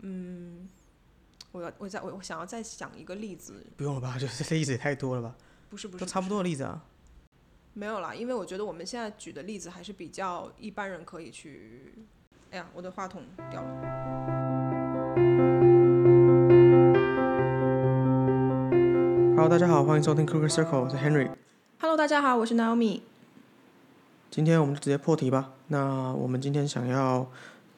嗯，我要我再我我想要再想一个例子，不用了吧？ 就是这例子也太多了吧？不是不是都差不是多的例子啊。没有啦，因为我觉得我们现在举的例子还是比较一般人可以去。哎呀，我的话筒掉了。 Hello，大家好，欢迎收听 Cooker Circle，我是 Henry。 Hello，大家好，我是 Naomi。今天我们就直接破题吧。那我们今天想要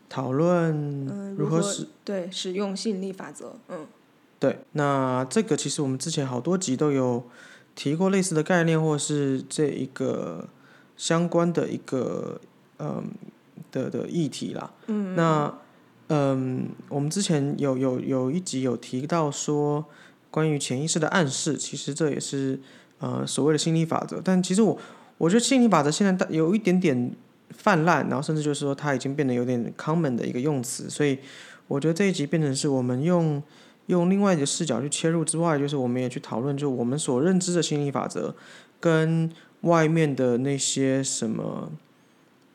讨论嗯，如何使、对使用吸引力法则？嗯，对，那这个其实我们之前好多集都有提过类似的概念，或是这一个相关的一个嗯的的议题啦。嗯，那嗯，我们之前有有有一集有提到说关于潜意识的暗示，其实这也是呃所谓的心理法则，但其实我我觉得心理法则现在大有一点点泛滥，然后甚至就是说它已经变得有点 common 的一个用词，所以我觉得这一集变成是我们用用另外一个视角去切入之外，就是我们也去讨论，就我们所认知的心理法则跟外面的那些什么。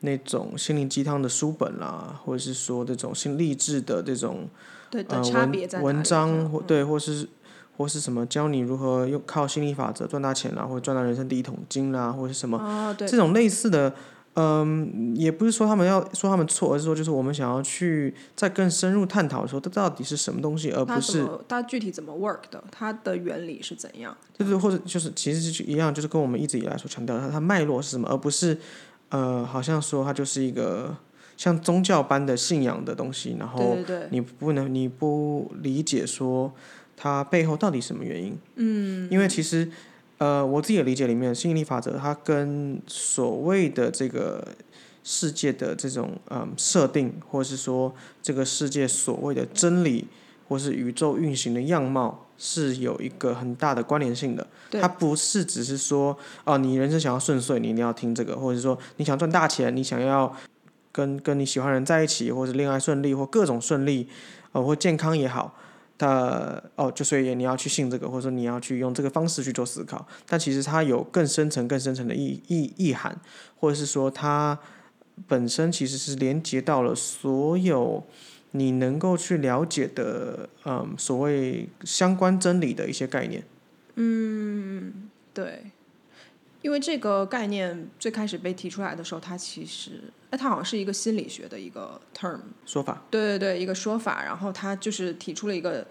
那种心灵鸡汤的书本啦，或者是说这种心励志的这种对呃的，差别文在哪里文这章样嗯或对，或是或是什么教你如何用靠心理法则赚大钱啦，或者赚到人生第一桶金啦，或者是什么哦，对这，种类似的，嗯，也不是说他们要说他们错，而是说就是我们想要去再更深入探讨说它到底是什么东西，而它呃不怎是么它具体怎么 work 的，它的原理是怎样？就是或者就是其实就一样，就是跟我们一直以来所强调的它它脉络是什么，而不是呃好像说它就是一个像宗教般的信仰的东西，然后对对对，你不能你不理解说它背后到底什么原因。嗯，因为其实呃，我自己的理解里面，吸引力法则它跟所谓的这个世界的这种嗯设定，或是说这个世界所谓的真理，或是宇宙运行的样貌。是有一个很大的关联性的，对它不是只是说哦、你人生想要顺遂，你一定要听这个，或者说你想赚大钱，你想要跟跟你喜欢的人在一起，或者恋爱顺利，或各种顺利，呃，或健康也好，它哦，就所以你要去信这个，或者说你要去用这个方式去做思考，但其实它有更深层、更深层的意意意涵，或者是说它本身其实是连接到了所有你能够去了解的，嗯，所谓相关真理的一些概念。对，因为这个概念最开始被提出来的时候，它其实，哎，它好像是一个心理学的一个 term，说法，对对对，一个说法。然后它就是提出了一个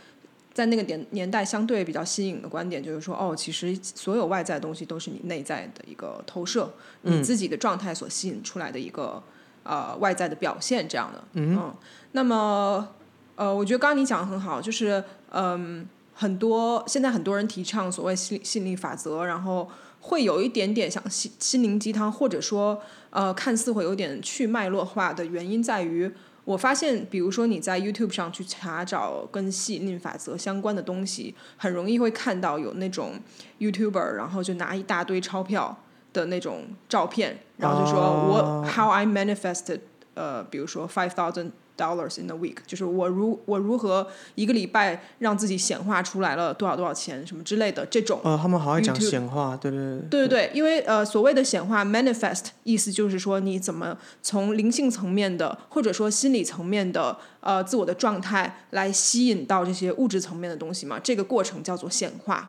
在那个年年代相对比较新颖的观点，就是说，哦，其实所有外在的东西都是你内在的一个投射，你自己的状态所吸引出来的一个呃外在的表现，这样的。嗯那么呃，我觉得刚刚你讲的很好，就是嗯。很多现在很多人提倡所谓心心理法则，然后会有一点点像心心灵鸡汤，或者说呃，看似会有点去脉络化的原因在于，我发现，比如说你在 YouTube 上去查找跟吸引力法则相关的东西，很容易会看到有那种 YouTuber，然后就拿一大堆钞票的那种照片，然后就说我、哦 How I manifested，呃，比如说 five thousand dollars in a week，就是我如我如何一个礼拜让自己显化出来了多少多少钱什么之类的这种。呃，他们好爱讲 YouTube 闲话，对对对，对对对，因为呃，所谓的显化 manifest 意思就是说，你怎么从灵性层面的，或者说心理层面的呃自我的状态来吸引到这些物质层面的东西嘛？这个过程叫做显化。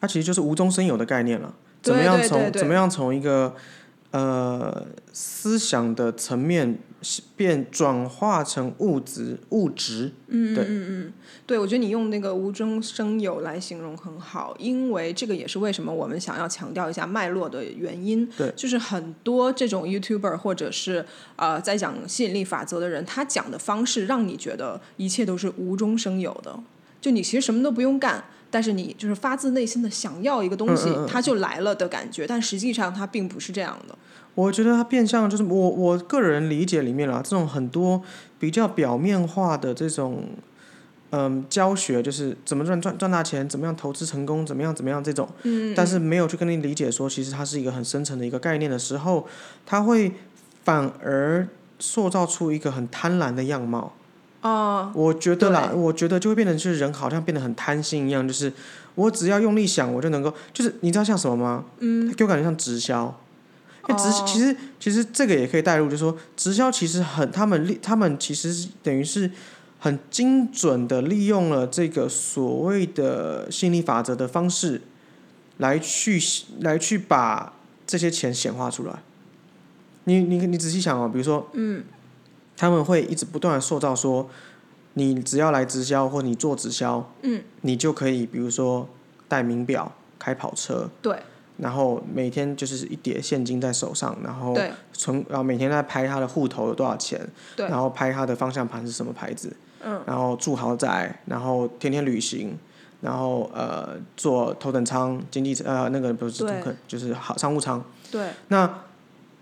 它其实就是无中生有的概念了。对怎么样对对从对怎么样从一个呃思想的层面是变转化成物质物质？对，我觉得你用那个无中生有来形容很好，因为这个也是为什么我们想要强调一下脉络的原因。对就是很多这种 YouTuber 或者是呃在讲吸引力法则的人，他讲的方式让你觉得一切都是无中生有的，就你其实什么都不用干。但是你就是发自内心的想要一个东西，嗯嗯嗯它就来了的感觉，但实际上它并不是这样的。我觉得它变相就是我我个人理解里面啦，这种很多比较表面化的这种嗯教学，就是怎么赚赚赚大钱，怎么样投资成功，怎么样怎么样这种，嗯，但是没有去跟你理解说，其实它是一个很深层的一个概念的时候，它会反而塑造出一个很贪婪的样貌。哦、我觉得啦，我觉得就会变成是人好像变得很贪心一样，就是我只要用力想，我就能够，就是你知道像什么吗？嗯，它给我感觉像直销。因为直、哦其实其实这个也可以带入，就是说直销其实很他们利他们其实是等于是很精准的利用了这个所谓的吸引力法则的方式，来去来去把这些钱显化出来。你你你仔细想哦，比如说，嗯，他们会一直不断的塑造说，你只要来直销或你做直销，嗯，你就可以，比如说戴名表、开跑车，对然后每天就是一叠现金在手上，然后对存，然后每天在拍他的户头有多少钱，对然后拍他的方向盘是什么牌子，嗯，然后住豪宅，然后天天旅行，然后呃坐头等舱、经济呃那个不是头对等舱，就是好商务舱。对那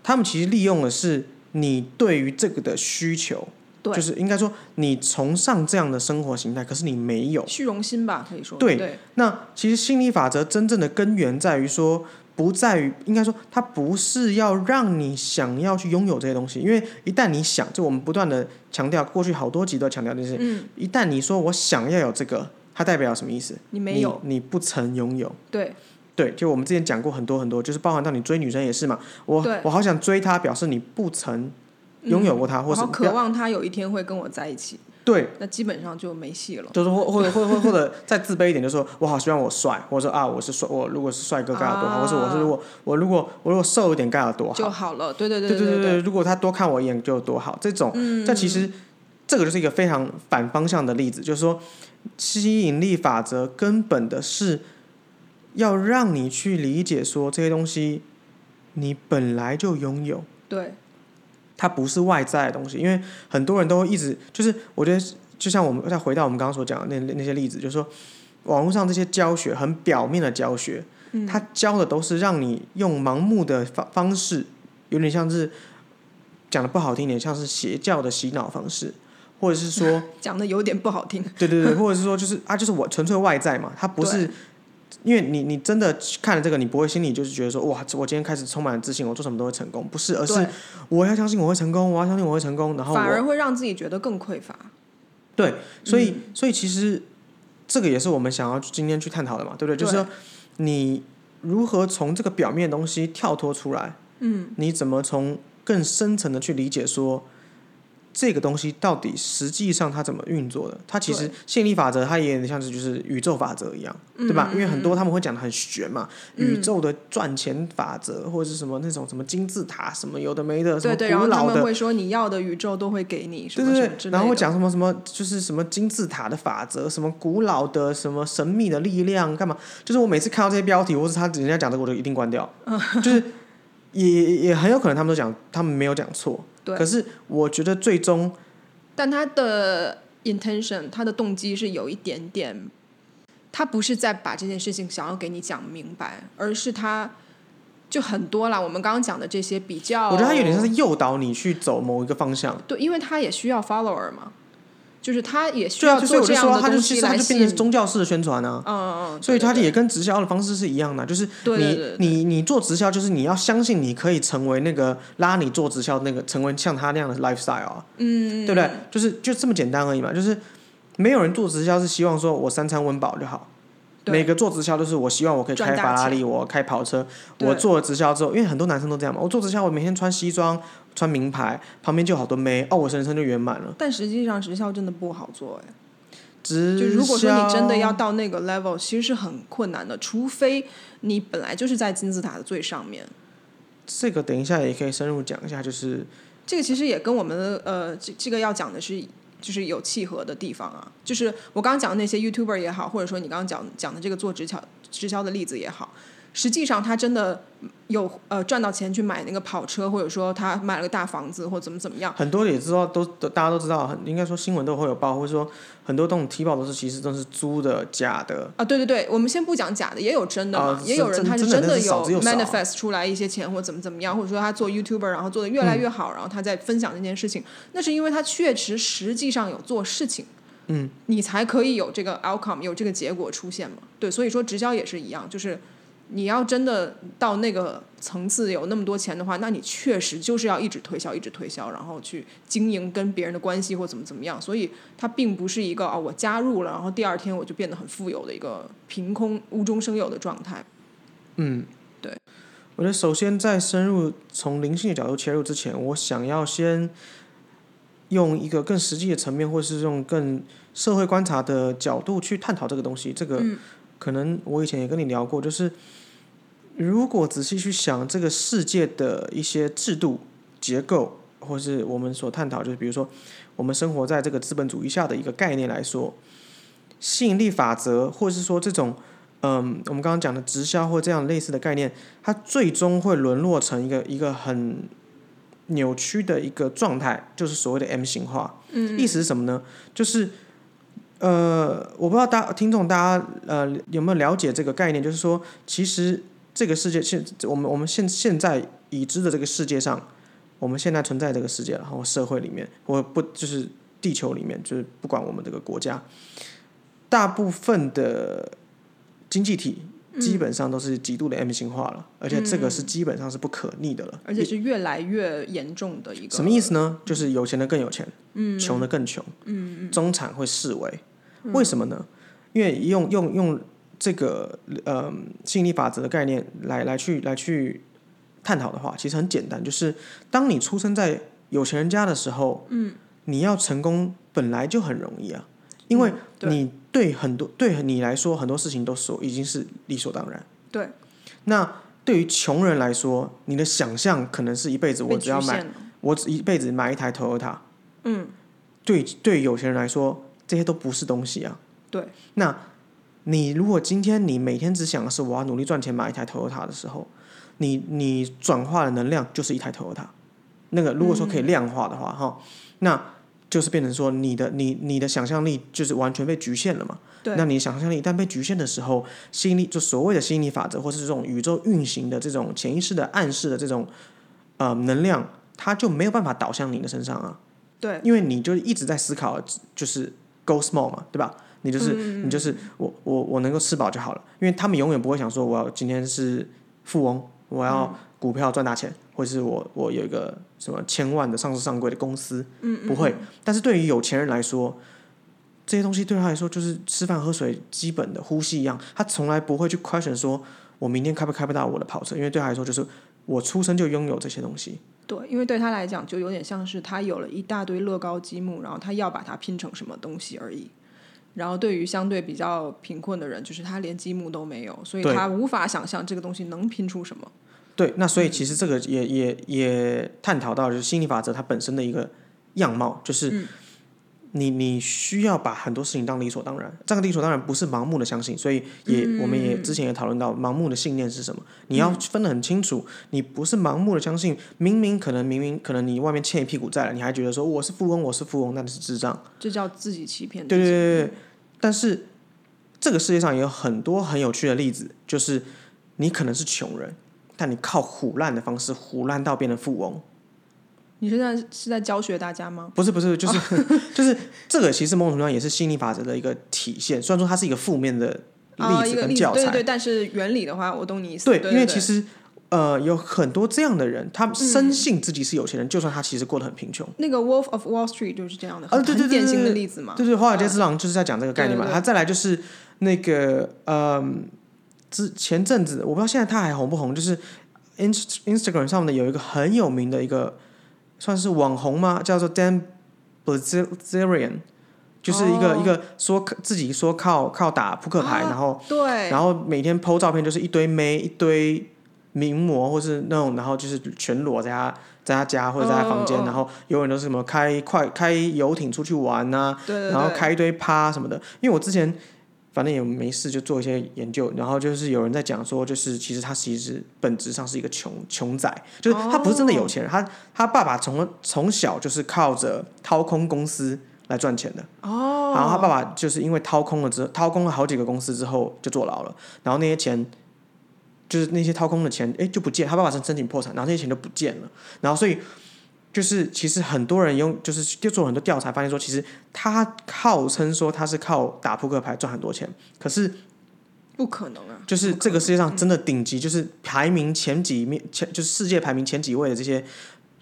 他们其实利用的是你对于这个的需求，对，就是应该说你崇尚这样的生活形态，可是你没有。虚荣心吧，可以说对对那其实心理法则真正的根源在于说，不在于应该说它不是要让你想要去拥有这些东西，因为一旦你想，就我们不断的强调，过去好多集都强调这件事情，嗯，一旦你说我想要有这个，它代表什么意思？你没有你，你不曾拥有。对对，就我们之前讲过很多很多，就是包含到你追女生也是嘛，我对我好想追她，表示你不曾拥有过她，或我嗯是好不要渴望他有一天会跟我在一起，对，那基本上就没戏了。就是或或者或或或者再自卑一点，就说我好希望我帅，或者说啊我是帅，我如果是帅哥该有多好，啊或者我是如果我如果我如果瘦一点该有多就好，好了，对对对对对对嗯对，如果他多看我一眼就有多好，这种，但其实这个就是一个非常反方向的例子，就是说吸引力法则根本的是要让你去理解说这些东西你本来就拥有。对它不是外在的东西，因为很多人都会一直就是，我觉得就像我们再回到我们刚刚所讲的那那些例子，就是说网络上这些教学很表面的教学，嗯它教的都是让你用盲目的方方式，有点像是讲的不好听一点，像是邪教的洗脑方式，或者 是说，讲的有点不好听，对对对，或者是说就是啊，就是我纯粹外在嘛，它不是。因为你，你真的看了这个，你不会心里就是觉得说，哇，我今天开始充满了自信，我做什么都会成功，不是，而是对，我要相信我会成功，我要相信我会成功，然后反而嗯我会让自己觉得更匮乏。对，所以、所以其实这个也是我们想要今天去探讨的嘛，对不对？就是对说你如何从这个表面的东西跳脱出来，嗯，你怎么从更深层的去理解说这个东西到底实际上它怎么运作的？它其实对嗯吸引力法则，它也有点像是就是宇宙法则一样，对吧？因为很多他们会讲的很玄嘛，宇宙的赚钱法则或者是什么那种什么金字塔什么有的没的，什对么对，然古后他老们的会说你要的宇宙都会给你什对么什对么之对，类的。然后讲什么什么，就是什么金字塔的法则，什么古老的什么神秘的力量，干嘛？就是我每次看到这些标题，或是他人家讲这个，我就一定关掉。嗯就是 也也也很有可能他们都讲，他们没有讲错。对可是我觉得最终但他的 intention，他的动机是有一点点，他不是在把这件事情想要给你讲明白，而是他就很多啦。我们刚刚讲的这些比较，我觉得他有点像是诱导你去走某一个方向。对，因为他也需要 follower 嘛，就是他也需对啊，要所做以我这就样说，的他就东其西实他来就吸变成引。宗教式的宣传啊。嗯嗯嗯，所以对它对也跟直销的方式是一样的，就是对对对对你你你做直销，就是你要相信你可以成为那个拉你做直销那个，成为像他那样的 lifestyle 啊，嗯，对不对？就是就这么简单而已嘛，就是没有人做直销是希望说我三餐温饱就好。对每个做直销都是我希望我可以赚开大法拉钱利，我开跑车。对我做了直销之后，因为很多男生都这样嘛，我做直销，我每天穿西装、穿名牌，旁边就有好多妹，哦，我人生就圆满了。但实际上直销真的不好做哎，直就如果说销你真的要到那个 level，其实是很困难的，除非你本来就是在金字塔的最上面。这个，等一下也可以深入讲一下，就是这个其实也跟我们的呃，这这个要讲的是，就是有契合的地方啊。就是我刚刚讲的那些 YouTuber 也好，或者说你刚刚讲讲的这个做直销直销的例子也好，实际上他真的有呃赚到钱去买那个跑车，或者说他买了个大房子，或怎么怎么样。很多也知道，都都大家都知道，很应该说新闻都会有报，或者说很多这种提报都是其实都是租的、假的。啊，对对对，我们先不讲假的，也有真的嘛，啊也有人真他是真的真但的是少有之又少 manifest 出来一些钱或怎么怎么样，或者说他做 YouTuber 然后做的越嗯来越好，然后他在分享这件事情，那是因为他确实实际上有做事情，嗯，你才可以有这个 outcome 有这个结果出现嘛。对，所以说直销也是一样，就是你要真的到那个层次有那么多钱的话，那你确实就是要一直推销，一直推销，然后去经营跟别人的关系或怎么怎么样。所以它并不是一个啊、我加入了，然后第二天我就变得很富有的一个凭空无中生有的状态。嗯，对。我觉得首先在深入从灵性的角度切入之前，我想要先用一个更实际的层面，或是用更社会观察的角度去探讨这个东西。这个可能我以前也跟你聊过，就是如果仔细去想这个世界的一些制度结构，或是我们所探讨，就是比如说我们生活在这个资本主义下的一个概念来说，吸引力法则，或是说这种。嗯，我们刚刚讲的直销或这样类似的概念，它最终会沦落成一个一个很扭曲的一个状态，就是所谓的 M 型化。嗯，意思是什么呢？就是呃，我不知道大听众大家呃有没有了解这个概念，就是说，其实这个世界现我们我们现现在已知的这个世界上，我们现在存在这个世界，然后社会里面，或不就是地球里面，就是不管我们这个国家，大部分的。经济体基本上都是极度的 M 型化了，而且这个是基本上是不可逆的了。而且是越来越严重的一个。什么意思呢？就是有钱的更有钱，嗯，穷的更穷，嗯，中产会视为，嗯为什么呢？因为用用用这个呃吸引力法则的概念来来去来去探讨的话，其实很简单，就是当你出生在有钱人家的时候，嗯，你要成功本来就很容易啊，因为嗯对你对很多对你来说很多事情都所已经是理所当然。对，那对于穷人来说，你的想象可能是一辈子我被只要局买，限了我只一辈子买一台 Toyota。嗯，对对，有钱人来说，这些都不是东西啊。对，那你如果今天你每天只想的是我要努力赚钱买一台 Toyota 的时候，你你转化的能量就是一台 Toyota。那个如果说可以量化的话，哈、那就是变成说你的你你的想象力就是完全被局限了嘛。对那你的想象力一旦被局限的时候，吸引力就所谓的吸引力法则，或是这种宇宙运行的这种潜意识的暗示的这种呃能量，它就没有办法导向你的身上啊。对，因为你就一直在思考，就是 go small 嘛，对吧？你就是、你就是我我我能够吃饱就好了，因为他们永远不会想说我要今天是富翁，我要股票赚大钱，或者是我我有一个什么千万的上市上柜的公司，嗯不会。但是对于有钱人来说，这些东西对他来说就是吃饭喝水基本的呼吸一样，他从来不会去 question 说我明天开不开不到我的跑车，因为对他来说就是我出生就拥有这些东西。对，因为对他来讲，就有点像是他有了一大堆乐高积木，然后他要把它拼成什么东西而已。然后对于相对比较贫困的人，就是他连积木都没有，所以对他无法想象这个东西能拼出什么。对，那所以其实这个也、也也探讨到就是心理法则它本身的一个样貌，就是你、你需要把很多事情当理所当然，这个理所当然不是盲目的相信，所以也、我们也之前也讨论到盲目的信念是什么，你要分得很清楚，你不是盲目的相信，明明可能明明可能你外面欠一屁股债了，你还觉得说哦我是富翁我是富翁，那你是智障。这叫自己欺骗自对己。对对对对，但是这个世界上也有很多很有趣的例子，就是你可能是穷人，但你靠胡烂的方式胡烂到变成富翁。你现在是在教学大家吗？不是不是，就是、 就是这个其实某种程度上也是吸引力法则的一个体现，虽然说它是一个负面的啊，一例子个跟例子教，对对材，对，但是原理的话，我懂你意思。对，因对为嗯其实。呃，有很多这样的人，他深信自己是有钱人，就算他其实过得很贫穷。那个《Wolf of Wall Street》就是这样的，啊很对对很对典型对的对例子嘛。对对，华尔街之狼就是在讲这个概念嘛。对对对他再来就是那个嗯，之前阵子我不知道现在他还红不红，就是 In Instagram 上面的有一个很有名的一个算是网红吗？叫做 Dan Blazerian，就是一个、哦一个说自己说靠靠打扑克牌，啊然后对，然后每天 PO 照片就是一堆妹，一堆名模，或是那种，然后就是全裸在他在他家或者在他房间，哦哦哦然后永远都是什么开快开游艇出去玩啊呐、对对对，然后开一堆趴什么的。因为我之前反正也没事就做一些研究，然后就是有人在讲说，就是其实他其实本质上是一个穷穷仔，就是他不是真的有钱人，他他爸爸从从小就是靠着掏空公司来赚钱的。哦，然后他爸爸就是因为掏空了之后，掏空了好几个公司之后就坐牢了，然后那些钱。就是那些掏空的钱，哎，就不见。他爸爸申申请破产，然后那些钱就不见了。然后所以就是，其实很多人用，就是就做很多调查，发现说，其实他号称说他是靠打扑克牌赚很多钱，可是不可能啊，就是这个世界上真的顶级，就是排名前几名，前就是世界排名前几位的这些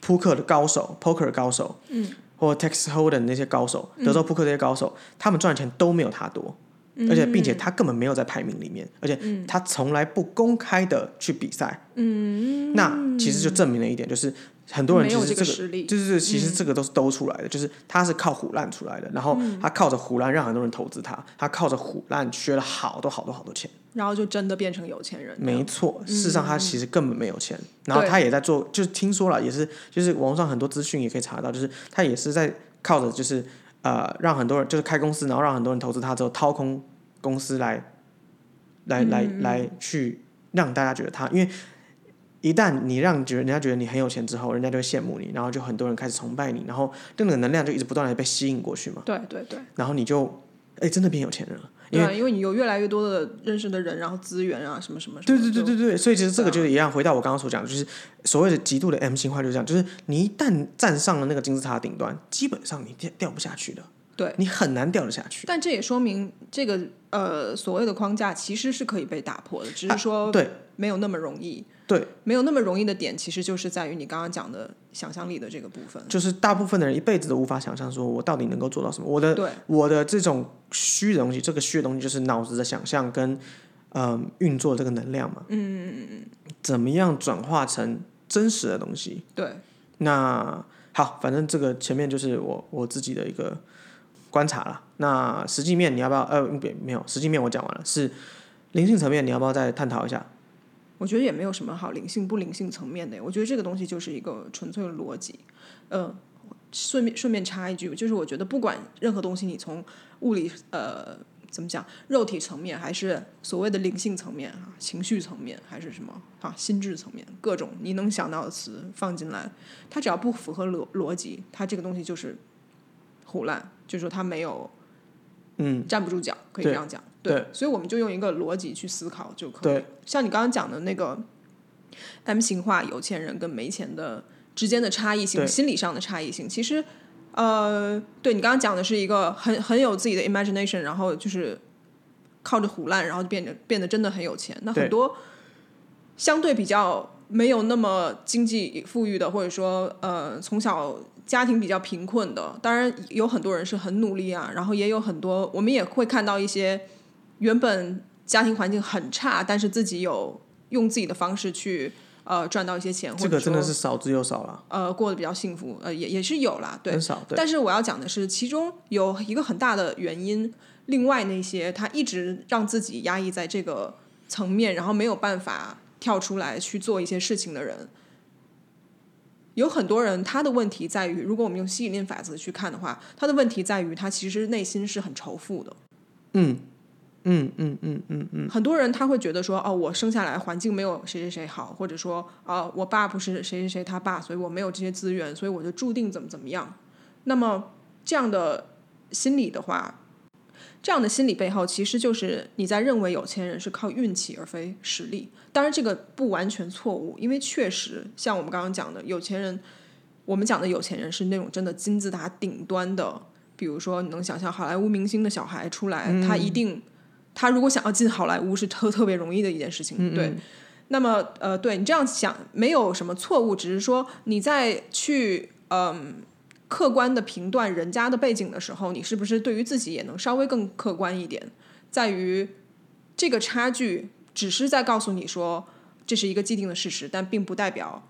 扑克的高手，poker 高手，嗯嗯，或 Tex Holden 那些高手，德州扑克这些高手，他们赚的钱都没有他多。而且并且他根本没有在排名里面，而且嗯他从来不公开的去比赛。嗯，那其实就证明了一点，就是很多人没其有实这这个个实力，嗯就是其实这个都是兜出来的，就是他是靠虎烂出来的，然后嗯他靠着虎烂让很多人投资他，他靠着虎烂缺了好多好多好多钱。然后就真的嗯变成有钱人。没错，事实上他其实根本没有钱，然后他也在做，就是听说了，也是就是网络上很多资讯也可以查到，就是他也是在靠着就是呃让很多人就是开公司，然后让很多人投资他之后掏空公司来来嗯来来去让大家觉得他，因为一旦你让觉人家觉得你很有钱之后，人家就会羡慕你，然后就很多人开始崇拜你，然后那个能量就一直不断的被吸引过去嘛，对对对，然后你就哎真的变有钱人了，因对啊，为因为你有越来越多的认识的人，然后资源啊，什么什么什对么。对对就对对，所以其实这个对啊就是一样，回到我刚刚所讲的，就是所谓的极度的 M 型化就是这样，就是你一旦站上了那个金字塔顶端，基本上你掉掉不下去的，对。你很难掉得下去。但这也说明这个呃所谓的框架其实是可以被打破的，只是说啊对没有那么容易。对，没有那么容易的点，其实就是在于你刚刚讲的想象力的这个部分。就是大部分的人一辈子都无法想象，说我到底能够做到什么。我的对我的这种虚的东西，这个虚的东西就是脑子的想象跟嗯、运作这个能量嘛，嗯嗯嗯，怎么样转化成真实的东西？对，那好，反正这个前面就是我我自己的一个观察了。那实际面你要不要？呃，别没有，实际面我讲完了，是灵性层面你要不要再探讨一下？我觉得也没有什么好灵性不灵性层面的，我觉得这个东西就是一个纯粹的逻辑。呃，顺便顺便插一句，就是我觉得不管任何东西，你从物理呃怎么讲，肉体层面，还是所谓的灵性层面啊，情绪层面，还是什么啊，心智层面，各种你能想到的词放进来，它只要不符合逻逻辑，它这个东西就是胡乱，就是说它没有嗯，站不住脚，可以对这样讲。对所以我们就用一个逻辑去思考就可以。对，像你刚刚讲的那个 M 型化有钱人跟没钱的之间的差异性，对心理上的差异性，其实呃，对你刚刚讲的是一个很很有自己的 imagination，然后就是靠着胡乱，然后就变得变得真的很有钱。那很对多相对比较没有那么经济富裕的，或者说呃从小家庭比较贫困的，当然有很多人是很努力啊，然后也有很多我们也会看到一些原本家庭环境很差，但是自己有用自己的方式去呃赚到一些钱，这或者个真的说是少之又少了，呃过得比较幸福，呃也也是有啦，对很，少。对，但是我要讲的是，其中有一个很大的原因，另外那些他一直让自己压抑在这个层面，然后没有办法跳出来去做一些事情的人，有很多人他的问题在于，如果我们用吸引力法则去看的话，他的问题在于他其实内心是很仇富的。嗯嗯嗯嗯嗯嗯，很多人他会觉得说，哦，我生下来环境没有谁谁谁好，或者说，啊、我爸不是谁谁谁他爸，所以我没有这些资源，所以我就注定怎么怎么样。那么这样的心理的话，这样的心理背后其实就是你在认为有钱人是靠运气而非实力。当然，这个不完全错误，因为确实像我们刚刚讲的，有钱人，我们讲的有钱人是那种真的金字塔顶端的。比如说，你能想象好莱坞明星的小孩出来，他一定他如果想要进好莱坞是特特别容易的一件事情，对。那么呃，对你这样想没有什么错误，只是说你在去嗯、客观的评断人家的背景的时候，你是不是对于自己也能稍微更客观一点？在于这个差距只是在告诉你说这是一个既定的事实，但并不代表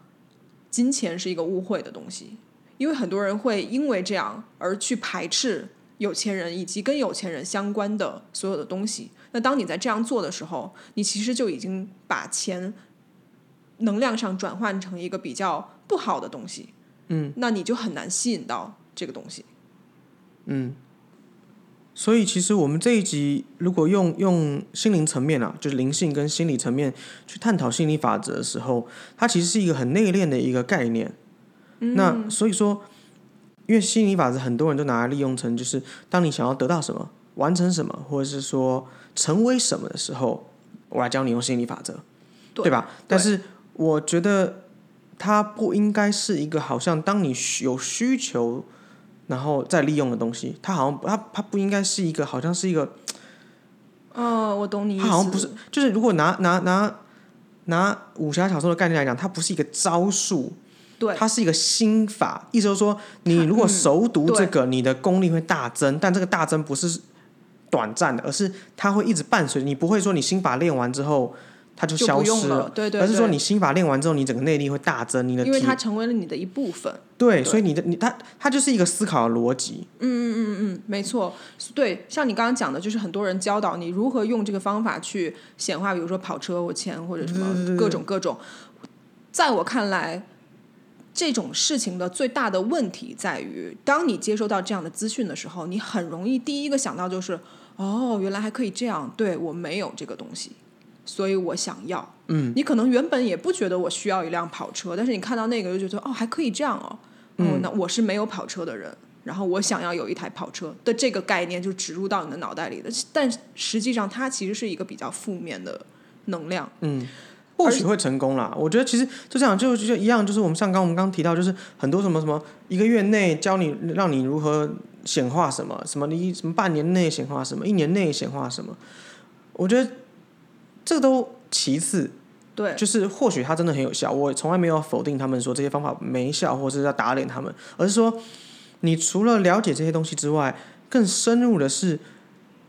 金钱是一个污秽的东西，因为很多人会因为这样而去排斥有钱人以及跟有钱人相关的所有的东西。那当你在这样做的时候，你其实就已经把钱能量上转换成一个比较不好的东西，嗯，那你就很难吸引到这个东西。所以其实我们这一集如果用用心灵层面啊，就是灵性跟心理层面去探讨心理法则的时候，它其实是一个很内敛的一个概念。嗯那所以说，因为心理法则很多人都拿来利用成，就是当你想要得到什么、完成什么，或者是说成为什么的时候，我来教你用心理法则，对吧？但是我觉得它不应该是一个好像当你需有需求，然后再利用的东西，它好像它它不应该是一个好像是一个，哦，我懂你意思，它好像不是，就是如果拿拿拿拿武侠小说的概念来讲，它不是一个招数，对，它是一个心法，意思就是说，你如果熟读这个，你的功力会大增，但这个大增不是短暂的，而是它会一直伴随你，不会说你心法练完之后它就就消不失用了，对对对，而是说你心法练完之后，你整个内力会大增，你的体因为它成为了你的一部分。对，对所以你的你它它就是一个思考的逻辑，嗯，没错，对，像你刚刚讲的，就是很多人教导你如何用这个方法去显化，比如说跑车或钱或者什么各种各种。在我看来，这种事情的最大的问题在于，当你接收到这样的资讯的时候，你很容易第一个想到就是，哦，原来还可以这样，对我没有这个东西，所以我想要。嗯，你可能原本也不觉得我需要一辆跑车，但是你看到那个就觉得，哦，还可以这样哦。嗯，那我是没有跑车的人，然后我想要有一台跑车的这个概念就植入到你的脑袋里的，但实际上它其实是一个比较负面的能量。或许会成功啦。我觉得其实就这样，就就一样，就是我们像刚我们刚提到，就是很多什么什么一个月内教你让你如何显化什么什么你什么半年内显化什么，一年内显化什么，我觉得这都其次，对，就是或许它真的很有效，我从来没有否定他们说这些方法没效，或是要打脸他们，而是说，你除了了解这些东西之外，更深入的是，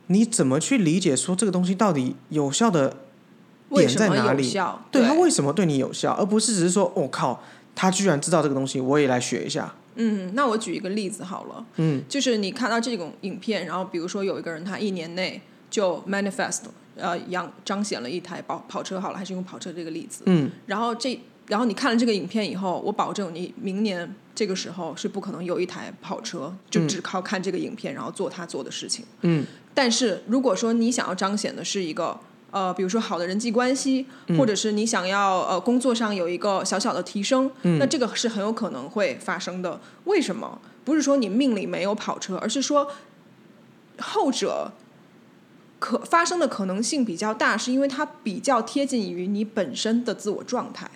你怎么去理解说这个东西到底有效的，为点什在么哪有里效？对它为什么对你有效，而不是只是说，我、哦靠，他居然知道这个东西，我也来学一下。嗯，那我举一个例子好了，嗯，就是你看到这种影片，然后比如说有一个人他一年内就 manifest 呃，扬彰显了一台跑跑车好了，还是用跑车这个例子，嗯，然后这然后你看了这个影片以后，我保证你明年这个时候是不可能有一台跑车，就只靠看这个影片，然后做他做的事情，嗯，但是如果说你想要彰显的是一个呃，比如说好的人际关系，或者是你想要呃工作上有一个小小的提升，那这个是很有可能会发生的。为什么？不是说你命里没有跑车，而是说后者可发生的可能性比较大，是因为它比较贴近于你本身的自我状态。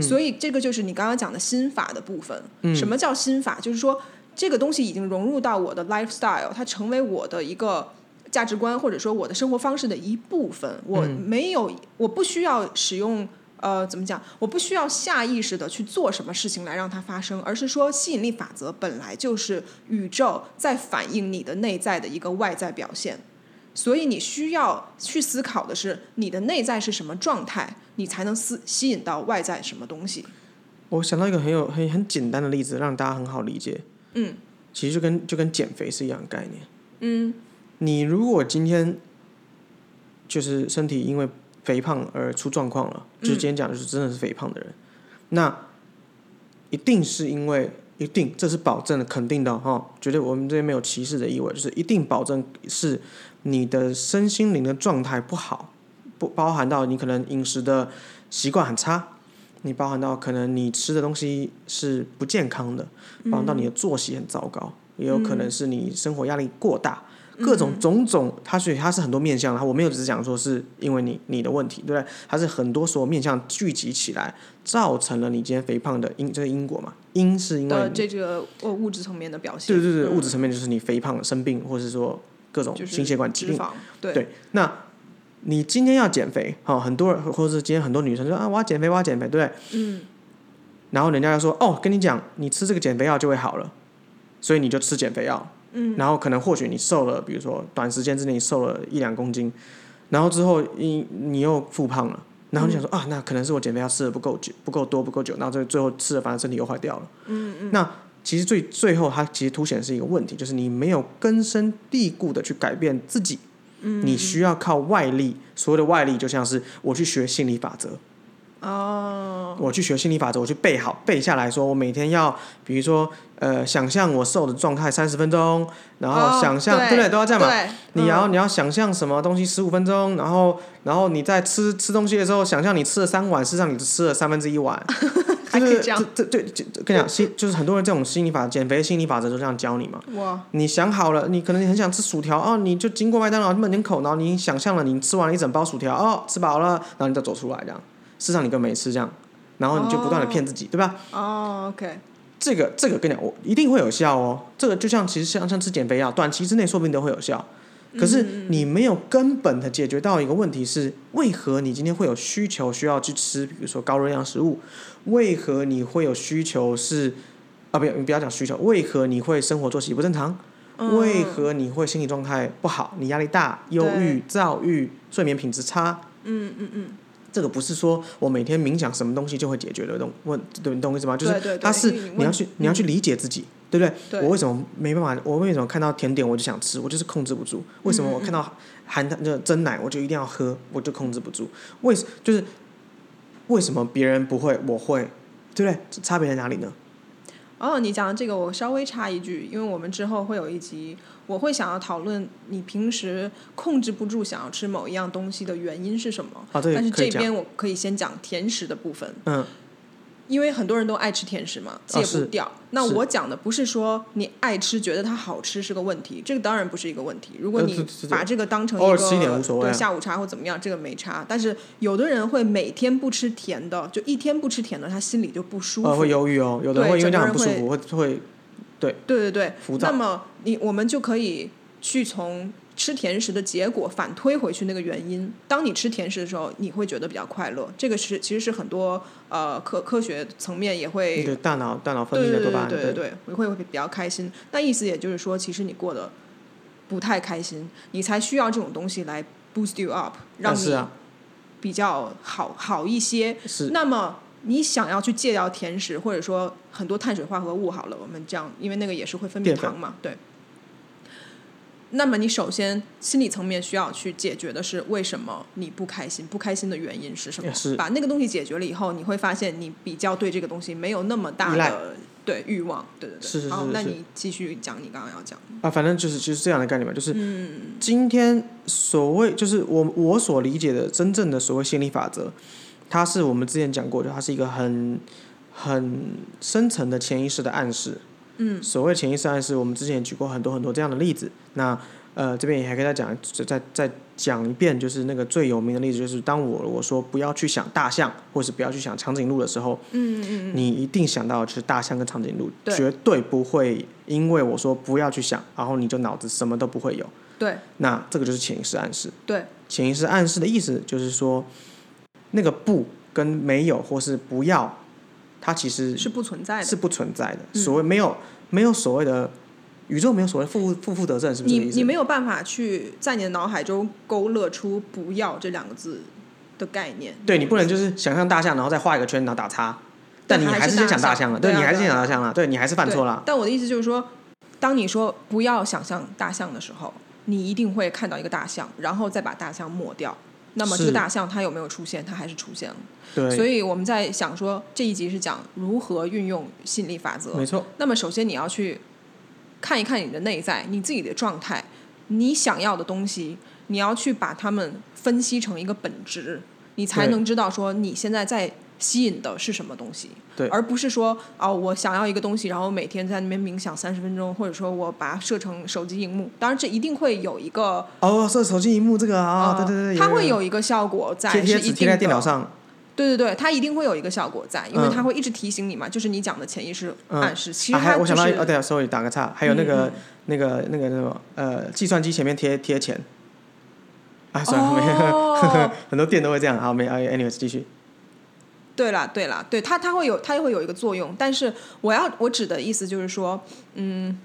所以这个就是你刚刚讲的心法的部分。什么叫心法？就是说这个东西已经融入到我的 lifestyle，它成为我的一个价值观或者说我的生活方式的一部分。我嗯没有，我不需要使用。呃，怎么讲？我不需要下意识的去做什么事情来让它发生，而是说吸引力法则本来就是宇宙在反映你的内在的一个外在表现。所以你需要去思考的是你的内在是什么状态，你才能吸吸引到外在什么东西。我想到一个很有很很简单的例子，让大家很好理解。嗯，其实就跟就跟减肥是一样的概念。嗯，你如果今天就是身体因为肥胖而出状况了，就是今天讲的就是真的是肥胖的嗯人，那一定是因为一定这是保证的肯定的哈、绝对我们这边没有歧视的意味，就是一定保证是你的身心灵的状态不好，不包含到你可能饮食的习惯很差。你包含到可能你吃的东西是不健康的，包含到你的作息很糟糕，也有可能是你生活压力过大，嗯各种种种，它所以它是很多面向，它我没有只是讲说是因为你你的问题，对不对？它是很多所有面向聚集起来，造成了你今天肥胖的因，这是因果嘛？因是因为的你这个呃物质层面的表现，对对对，嗯物质层面就是你肥胖、生病，或者是说各种就是心血管疾脂病。肪，对对，那你今天要减肥，哈、很多人或者是今天很多女生说啊，我要减肥，我要减肥，对不对？嗯，然后人家就说哦，跟你讲，你吃这个减肥药就会好了，所以你就吃减肥药。嗯，然后可能或许你瘦了，比如说短时间之内你瘦了一两公斤，然后之后你你又复胖了，然后你想说、啊，那可能是我减肥药吃的不够久、不够多、不够久，然后最最后吃了反而身体又坏掉了。嗯嗯。那其实最最后它其实凸显的是一个问题，就是你没有根深蒂固的去改变自己。嗯，你需要靠外力，所谓的外力就像是我去学心理法则，哦，我去学心理法则，我去背好背下来说，我每天要，比如说，呃，想象我瘦的状态三十分钟，然哦后想象、对不对？都要这样嘛。对，你要、嗯你要想象什么东西十五分钟，然后然后你在吃吃东西的时候，想象你吃了三碗，事实上你只吃了三分之一碗， 还可以这样，这这对这这跟你讲心就是很多人这种心理法减肥心理法则就这样教你嘛。哇，你想好了，你可能你很想吃薯条哦，你就经过麦当劳门口，然后你想象了你吃完了一整包薯条哦，吃饱了，然后你再走出来这样，事实上你根本没吃这样，然后你就不断的骗自己，对吧？哦，OK，这个这个跟你讲，我一定会有效哦。这个就像其实像像吃减肥药，短期之内说不定都会有效，可嗯是你没有根本的解决到一个问题是，为何你今天会有需求需要去吃，比如说高热量食物？为何你会有需求是啊？不要你不要讲需求，为何你会生活作息不正常？嗯为何你会心理状态不好？你压力大、忧郁、躁郁、睡眠品质差？嗯嗯嗯，这个不是说我每天冥想什么东西就会解决的东问，对，你懂我意思吗？就是对对对它是因为你你要问去你要去理解自己，对不对？对我为什么没办法？我为什么看到甜点我就想吃？我就是控制不住。为什么我嗯看到含糖就真奶我就一定要喝？我就控制不住。为什就是为什么别人不会我会？对不对？这差别在哪里呢？哦，你讲的这个我稍微插一句，因为我们之后会有一集，我会想要讨论你平时控制不住想要吃某一样东西的原因是什么。啊，对但是，可这以讲。边我可以先讲甜食的部分，嗯，因为很多人都爱吃甜食嘛，戒不是掉。那啊是我讲的不是说你爱吃觉得它好吃是个问题，这个当然不是一个问题。如果呃你是是是把这个当成偶一尔个呃吃一点无所谓啊对下午茶或怎么样，这个没差。但是有的人会每天不吃甜的，就一天不吃甜的，他心里就不舒服。呃，会忧郁哦，有的人对会因为整这个样人很不舒服，会会对对对，浮躁那么你我们就可以去从吃甜食的结果反推回去那个原因。当你吃甜食的时候，你会觉得比较快乐。这个是其实是很多呃科科学层面也你会的大脑大脑分对泌对的对巴对胺，对对对，你会会比较开心。那意思也就是说，其实你过得不太开心，你才需要这种东西来 boost you up，让但是你啊，比较好好一些。是那么你想要去戒掉甜食，或者说很多碳水化合物好了，我们这样，因为那个也是会分泌淀粉糖嘛，对。那么你首先心理层面需要去解决的是为什么你不开心，不开心的原因是什么？是把那个东西解决了以后，你会发现你比较对这个东西没有那么大依赖的对欲望，对对对。是是好是，那是你继续讲你刚刚要讲的。啊，反正就是就是这样的概念嘛，就是今天所谓就是我我所理解的真正的所谓心理法则，它是我们之前讲过的，它是一个很很深层的潜意识的暗示。嗯，所谓潜意识暗示，我们之前也举过很多很多这样的例子。那呃，这边也还可以再讲再再再讲一遍，就是那个最有名的例子，就是当我我说不要去想大象，或是不要去想长颈鹿的时候，嗯嗯你一定想到的是大象跟长颈鹿，对绝对不会因为我说不要去想，然后你就脑子什么都不会有。嗯，对那这个就是潜意识暗示。对，潜意识暗示的意思就是说，那个不跟没有或是不要，它其实是不存在的。是不存在的。嗯所谓没有没有所谓的宇宙没有所谓负负负得正，是不是你这个意思？你没有办法去在你的脑海中勾勒出“不要”这两个字的概念。对你不能就是想象大象，然后再画一个圈，然后打叉。但你还还是是先大想大象象了，对啊你还对是啊先想大象了，对你还是犯错对了，但我的意思就是说，当你说“不要想象大象”的时候，你一定会看到一个大象，然后再把大象抹掉。那么这个是大象它有没有出现？它还是出现了。所对，以我们在想说，这一集是讲如何运用吸引力法则没。错，那么首先你要去看一看你的内在，你自己的状态，你想要的东西，你要去把它们分析成一个本质，你才对能知道说你现在在吸引的是什么东西。对而不是说哦，我想要一个东西，然后每天在那边冥想三十分钟，或者说我把它设成手机荧幕。当然，这一定会有一个哦，这手机荧幕这个啊、呃对对对，它有会有有一个效果在，贴贴是一纸定贴在电的脑上，对对对，它一定会有一个效果在，因为嗯它会一直提醒你嘛，就是你讲的潜意识嗯暗示。其啊实还它有就我是、想到一哦，对啊，sorry 打个岔，还有那个、嗯那个那个什么呃，计算机前面贴贴钱，啊，算了，哦没 很多店都会这样，好没哎，anyways 继续，对啦，对啦，对它它会有它会有一个作用，但是我要我指的意思就是说，嗯，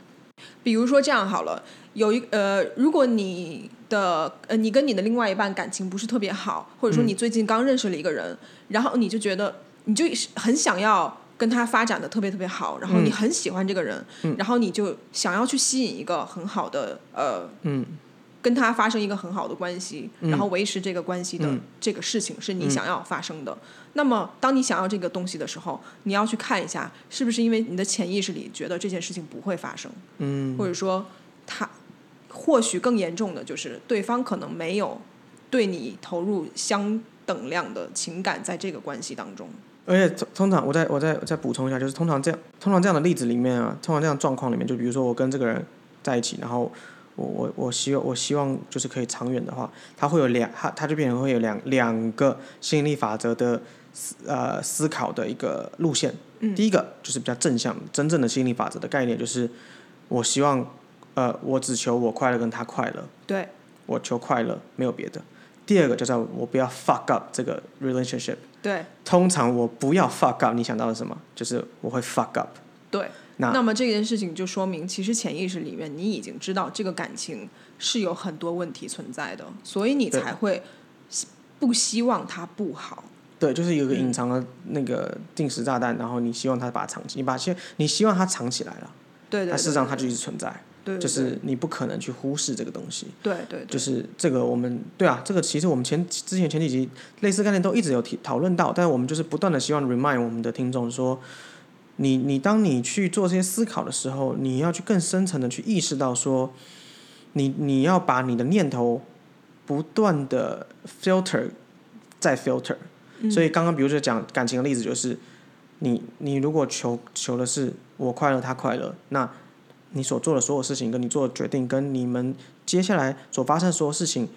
比如说这样好了，有一呃，如果你的呃你跟你的另外一半感情不是特别好，或者说你最近刚认识了一个人，然后你就觉得你就很想要跟他发展的特别特别好，然后你很喜欢这个人，然后你就想要去吸引一个很好的呃嗯，跟他发生一个很好的关系，然后维持这个关系的嗯这个事情是你想要发生的。那么，当你想要这个东西的时候，你要去看一下，是不是因为你的潜意识里觉得这件事情不会发生，嗯，或者说他或许更严重的就是对方可能没有对你投入相等量的情感在这个关系当中。而且通通常我再我再我再补充一下，就是通常这样通常这样的例子里面啊，通常这样的状况里面，就比如说我跟这个人在一起，然后我我我希望我希望就是可以长远的话，他会有两他他就变成会有两两个吸引力法则的思呃思考的一个路线。嗯第一个就是比较正向，真正的吸引力法则的概念就是我希望呃我只求我快乐跟他快乐，对，我求快乐没有别的。第二个叫做我不要 fuck up 这个 relationship。对，通常我不要 fuck up，你想到的是什么？就是我会 fuck up。对，那那么这件事情就说明，其实潜意识里面你已经知道这个感情是有很多问题存在的，所以你对才会希不希望它不好。对，就是有个嗯隐藏的那个定时炸弹，然后你希望它把它藏起，你把先你希望它藏起来了，对对对，但事实上它就一直存在，对对就是你不可能去忽视这个东西。对对对，就是这个，我们对啊，这个其实我们前之前前几集类似概念都一直有提讨论到，但是我们就是不断的希望 remind 我们的听众说，你你当你去做这些思考的时候，你要去更深层的去意识到说，你你要把你的念头不断的 filter 再 filter，、所以刚刚比如说讲感情的例子就是，你你如果求求的是我快乐他快乐，那你所做的所有事情跟你做的决定跟你们接下来所发生的所有事情，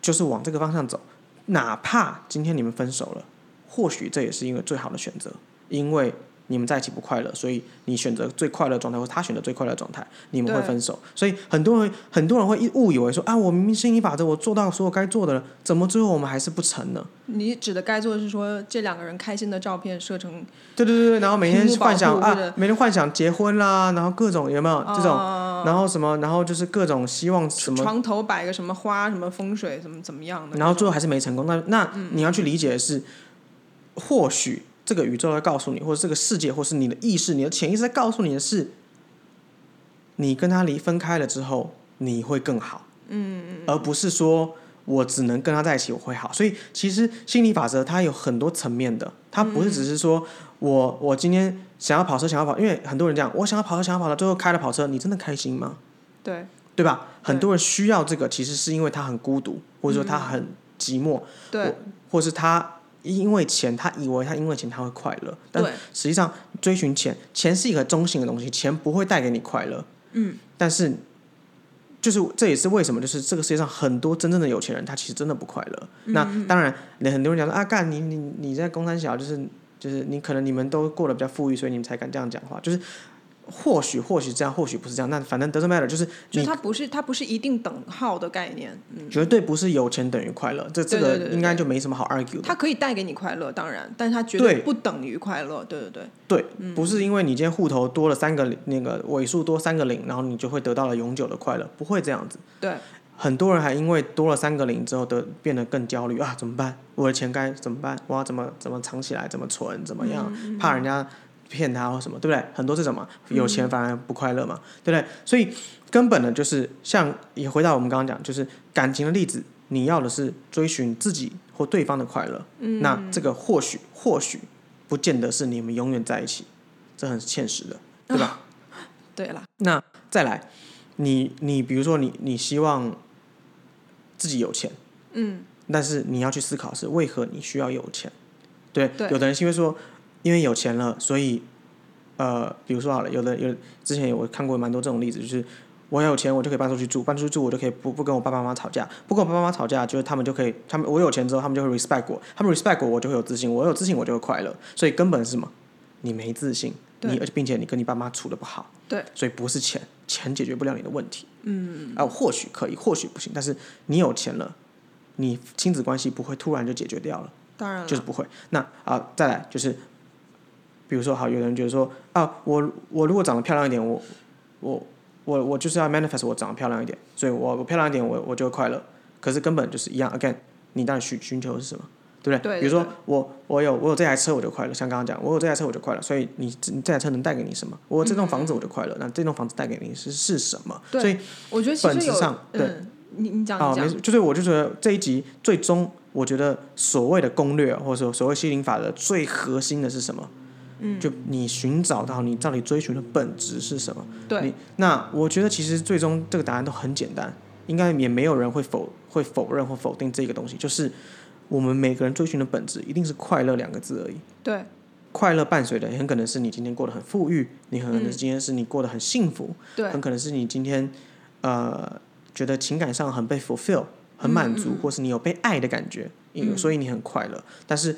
就是往这个方向走。哪怕今天你们分手了，或许这也是一个最好的选择，因为你们在一起不快乐，所以你选择最快乐的状态，或他选择最快乐的状态，你们会对分手。所以很多人很多人会一误以为说啊，我明明心理法则我做到所有该做的了，怎么最后我们还是不成呢？你指的该做的是说，这两个人开心的照片设成对对对对，然后每天屏幕保幻想护或啊者，哦每天幻想结婚啦，然后各种有没有这种，然后什么，然后就是各种希望什么床头摆个什么花，什么风水，怎么怎么样的。然后最后还是没成功。那那你要去理解的是，或许这个宇宙在告诉你，或者这个世界，或是你的意识、你的潜意识在告诉你的是，你跟他离分开了之后，你会更好。嗯，而不是说我只能跟他在一起我会好。所以其实心理法则它有很多层面的，它不是只是说我我今天想要跑车，想要跑，因为很多人讲我想要跑车，想要跑车，最后开了跑车，你真的开心吗？对对吧？对很多人需要这个，其实是因为他很孤独，或者说他很寂寞，对或是他因为钱，他以为他因为钱他会快乐，但对实际上追寻钱，钱是一个中性的东西，钱不会带给你快乐。嗯，但是就是这也是为什么，就是这个世界上很多真正的有钱人，他其实真的不快乐。嗯那当然，你很多人讲说啊，干你你你在工山小，就是就是你可能你们都过得比较富裕，所以你们才敢这样讲话，就是。或许或许这样，或许不是这样，那反正 doesn't matter，就是就你它不是它不是一定等号的概念，嗯，绝对不是有钱等于快乐，这这对个对对对应该就没什么好 argue 的。它可以带给你快乐，当然，但是它绝对不等于快乐，对对对，对，嗯不是因为你今天户头多了三个零那个尾数多三个零，然后你就会得到了永久的快乐，不会这样子。对，很多人还因为多了三个零之后得变得更焦虑啊，怎么办？我的钱该怎么办？我要怎么怎么藏起来？怎么存？怎么样？怕人家骗他或什么，对不对？很多这种嘛，有钱反而不快乐嘛，对不对？所以根本的就是像也回到我们刚刚讲，就是感情的例子，你要的是追寻自己或对方的快乐，嗯、那这个或许或许不见得是你们永远在一起，这很现实的，对吧？对了，那再来，你你比如说你你希望自己有钱，嗯，但是你要去思考是为何你需要有钱。对，对有的人是因为说，因为有钱了，所以呃，比如说好了，有的有之前有我看过蛮多这种例子，就是我有钱，我就可以搬出去住，搬出去住我就可以不不跟我爸爸妈妈吵架，不跟我爸爸妈妈吵架，就是他们就可以，他们我有钱之后，他们就会 respect 我，他们 respect 我，我就会有自信，我有自信我就会快乐，所以根本是什么？你没自信，对你而且并且你跟你爸妈处的不好，对，所以不是钱，钱解决不了你的问题，嗯，啊，或许可以，或许不行，但是你有钱了，你亲子关系不会突然就解决掉了。当然了，就是不会。那啊、再来就是，比如说，好，有人觉得说啊，我我如果长得漂亮一点，我我我我就是要 manifest 我长得漂亮一点，所以我我漂亮一点，我我就会快乐。可是根本就是一样，again，你到底寻寻求的是什么？对不对对比如说对我我有我有这台车我就快乐，像刚刚讲，我有这台车我就快乐，所以你你这台车能带给你什么？我有这栋房子我就快乐，那这栋房子带给你是是什么？嗯对所以我觉得其本实质有上，对嗯，你你讲啊，你没讲，事，就是我就觉得这一集最终，我觉得所谓的攻略，或者说所谓心灵法则最核心的是什么？嗯，就你寻找到你到底追寻的本质是什么？对你那我觉得其实最终这个答案都很简单，应该也没有人会否会否认或否定这个东西，就是我们每个人追寻的本质一定是快乐两个字而已。对快乐伴随的也很可能是你今天过得很富裕，你很可能今天是你过得很幸福，对很可能是你今天呃觉得情感上很被 fulfill、很满嗯足，或是你有被爱的感觉，因所以你很快乐。但是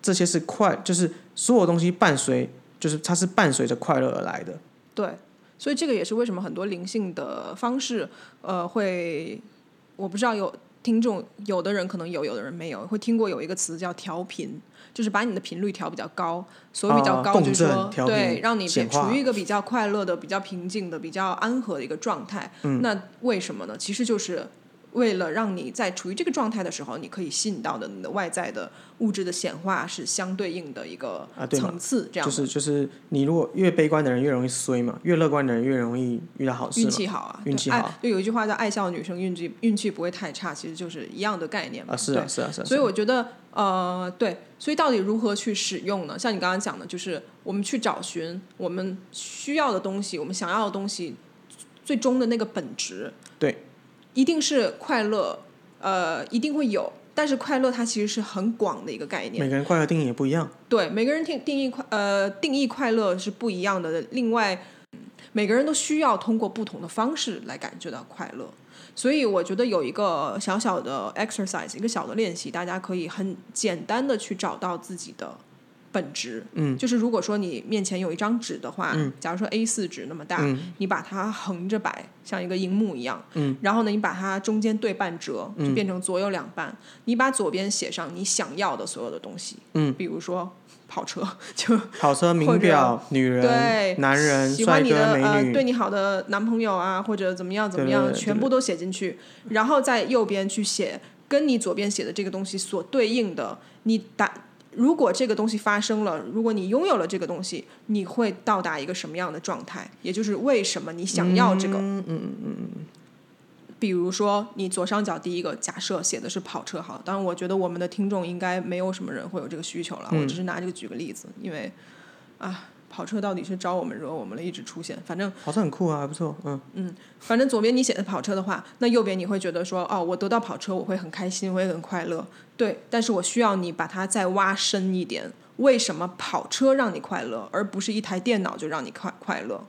这些是快，就是所有东西伴随，就是它是伴随着快乐而来的。对，所以这个也是为什么很多灵性的方式，呃，会我不知道有听众有的人可能有，有的人没有，会听过有一个词叫调频，就是把你的频率调比较高。所谓比较啊高，共就是振说调对频，让你显处化于一个比较快乐的、比较平静的、比较安和的一个状态。嗯那为什么呢？其实就是。为了让你在处于这个状态的时候，你可以吸引到的你的外在的物质的显化是相对应的一个啊对嘛层次，这样就的是就是你如果越悲观的人越容易衰嘛，越乐观的人越容易遇到好事运嘛。气好啊，运对气爱好就有一句话叫“爱笑女生运气运气不会太差”，其实就是一样的概念嘛。啊，是对啊，是啊，是啊。所以是啊我觉得，呃，对，所以到底如何去使用呢？像你刚刚讲的，就是我们去找寻我们需要的东西，我们想要的东西，最终的那个本质，对，一定是快乐，呃，一定会有。但是快乐它其实是很广的一个概念，每个人快乐定义也不一样。对，每个人定定义快呃定义快乐是不一样的。另外，呃每个人都需要通过不同的方式来感觉到快乐。所以我觉得有一个小小的 exercise，一个小的练习，大家可以很简单的去找到自己的本质。嗯，就是如果说你面前有一张纸的话，假如说 A 4纸那么大，你把它横着摆，像一个荧幕一样。嗯，然后呢，你把它中间对半折，就变成左右两半。你把左边写上你想要的所有的东西。嗯，比如说跑车，就跑车、或名者表、女对人、男人、喜嗯帅欢你哥、的美呃女，对你好的男朋友啊，或者怎么样怎么对样，对对全部都写进去，然后在右边去写跟你左边写的这个东西所对应的，你打。如果这个东西发生了，如果你拥有了这个东西，你会到达一个什么样的状态？也就是为什么你想要这个？嗯嗯嗯嗯。比如说，你左上角第一个假设写的是跑车好了，当然我觉得我们的听众应该没有什么人会有这个需求了，我只是拿这个举个例子，因为啊，跑车到底是招我们惹我们了，一直出现。反正跑车很酷啊，还不错。嗯，反正左边你写的跑车的话，那右边你会觉得说，哦，我得到跑车，我会很开心，我也很快乐。对，但是我需要你把它再挖深一点，为什么跑车让你快乐，而不是一台电脑就让你快快乐，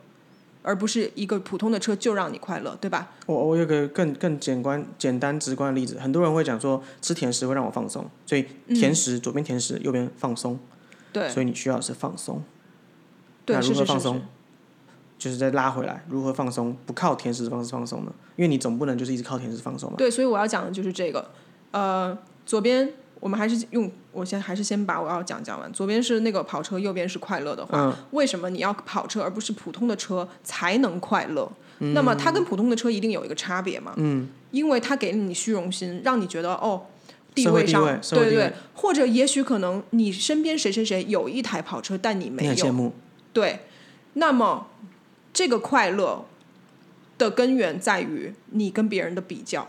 而不是一个普通的车就让你快乐，对吧？我我有个更更简观、简单直观的例子，很多人会讲说吃甜食会让我放松，所以甜食、左边甜食，右边放松，嗯对，所以你需要的是放松。对，那如是何是是放是松，就是再拉回来，如何放松？不靠甜食的方式放松呢？因为你总不能就是一直靠甜食放松嘛。对，所以我要讲的就是这个。呃，左边我们还是用，我先还是先把我要讲讲完。左边是那个跑车，右边是快乐的话，嗯为什么你要跑车而不是普通的车才能快乐？嗯那么它跟普通的车一定有一个差别嘛？嗯，因为它给了你虚荣心，让你觉得哦。地社会位地上，位社对会对地对位，或者也许可能你身边谁谁谁有一台跑车，但你没你有，很羡慕，对，那么这个快乐的根源在于你跟别人的比较，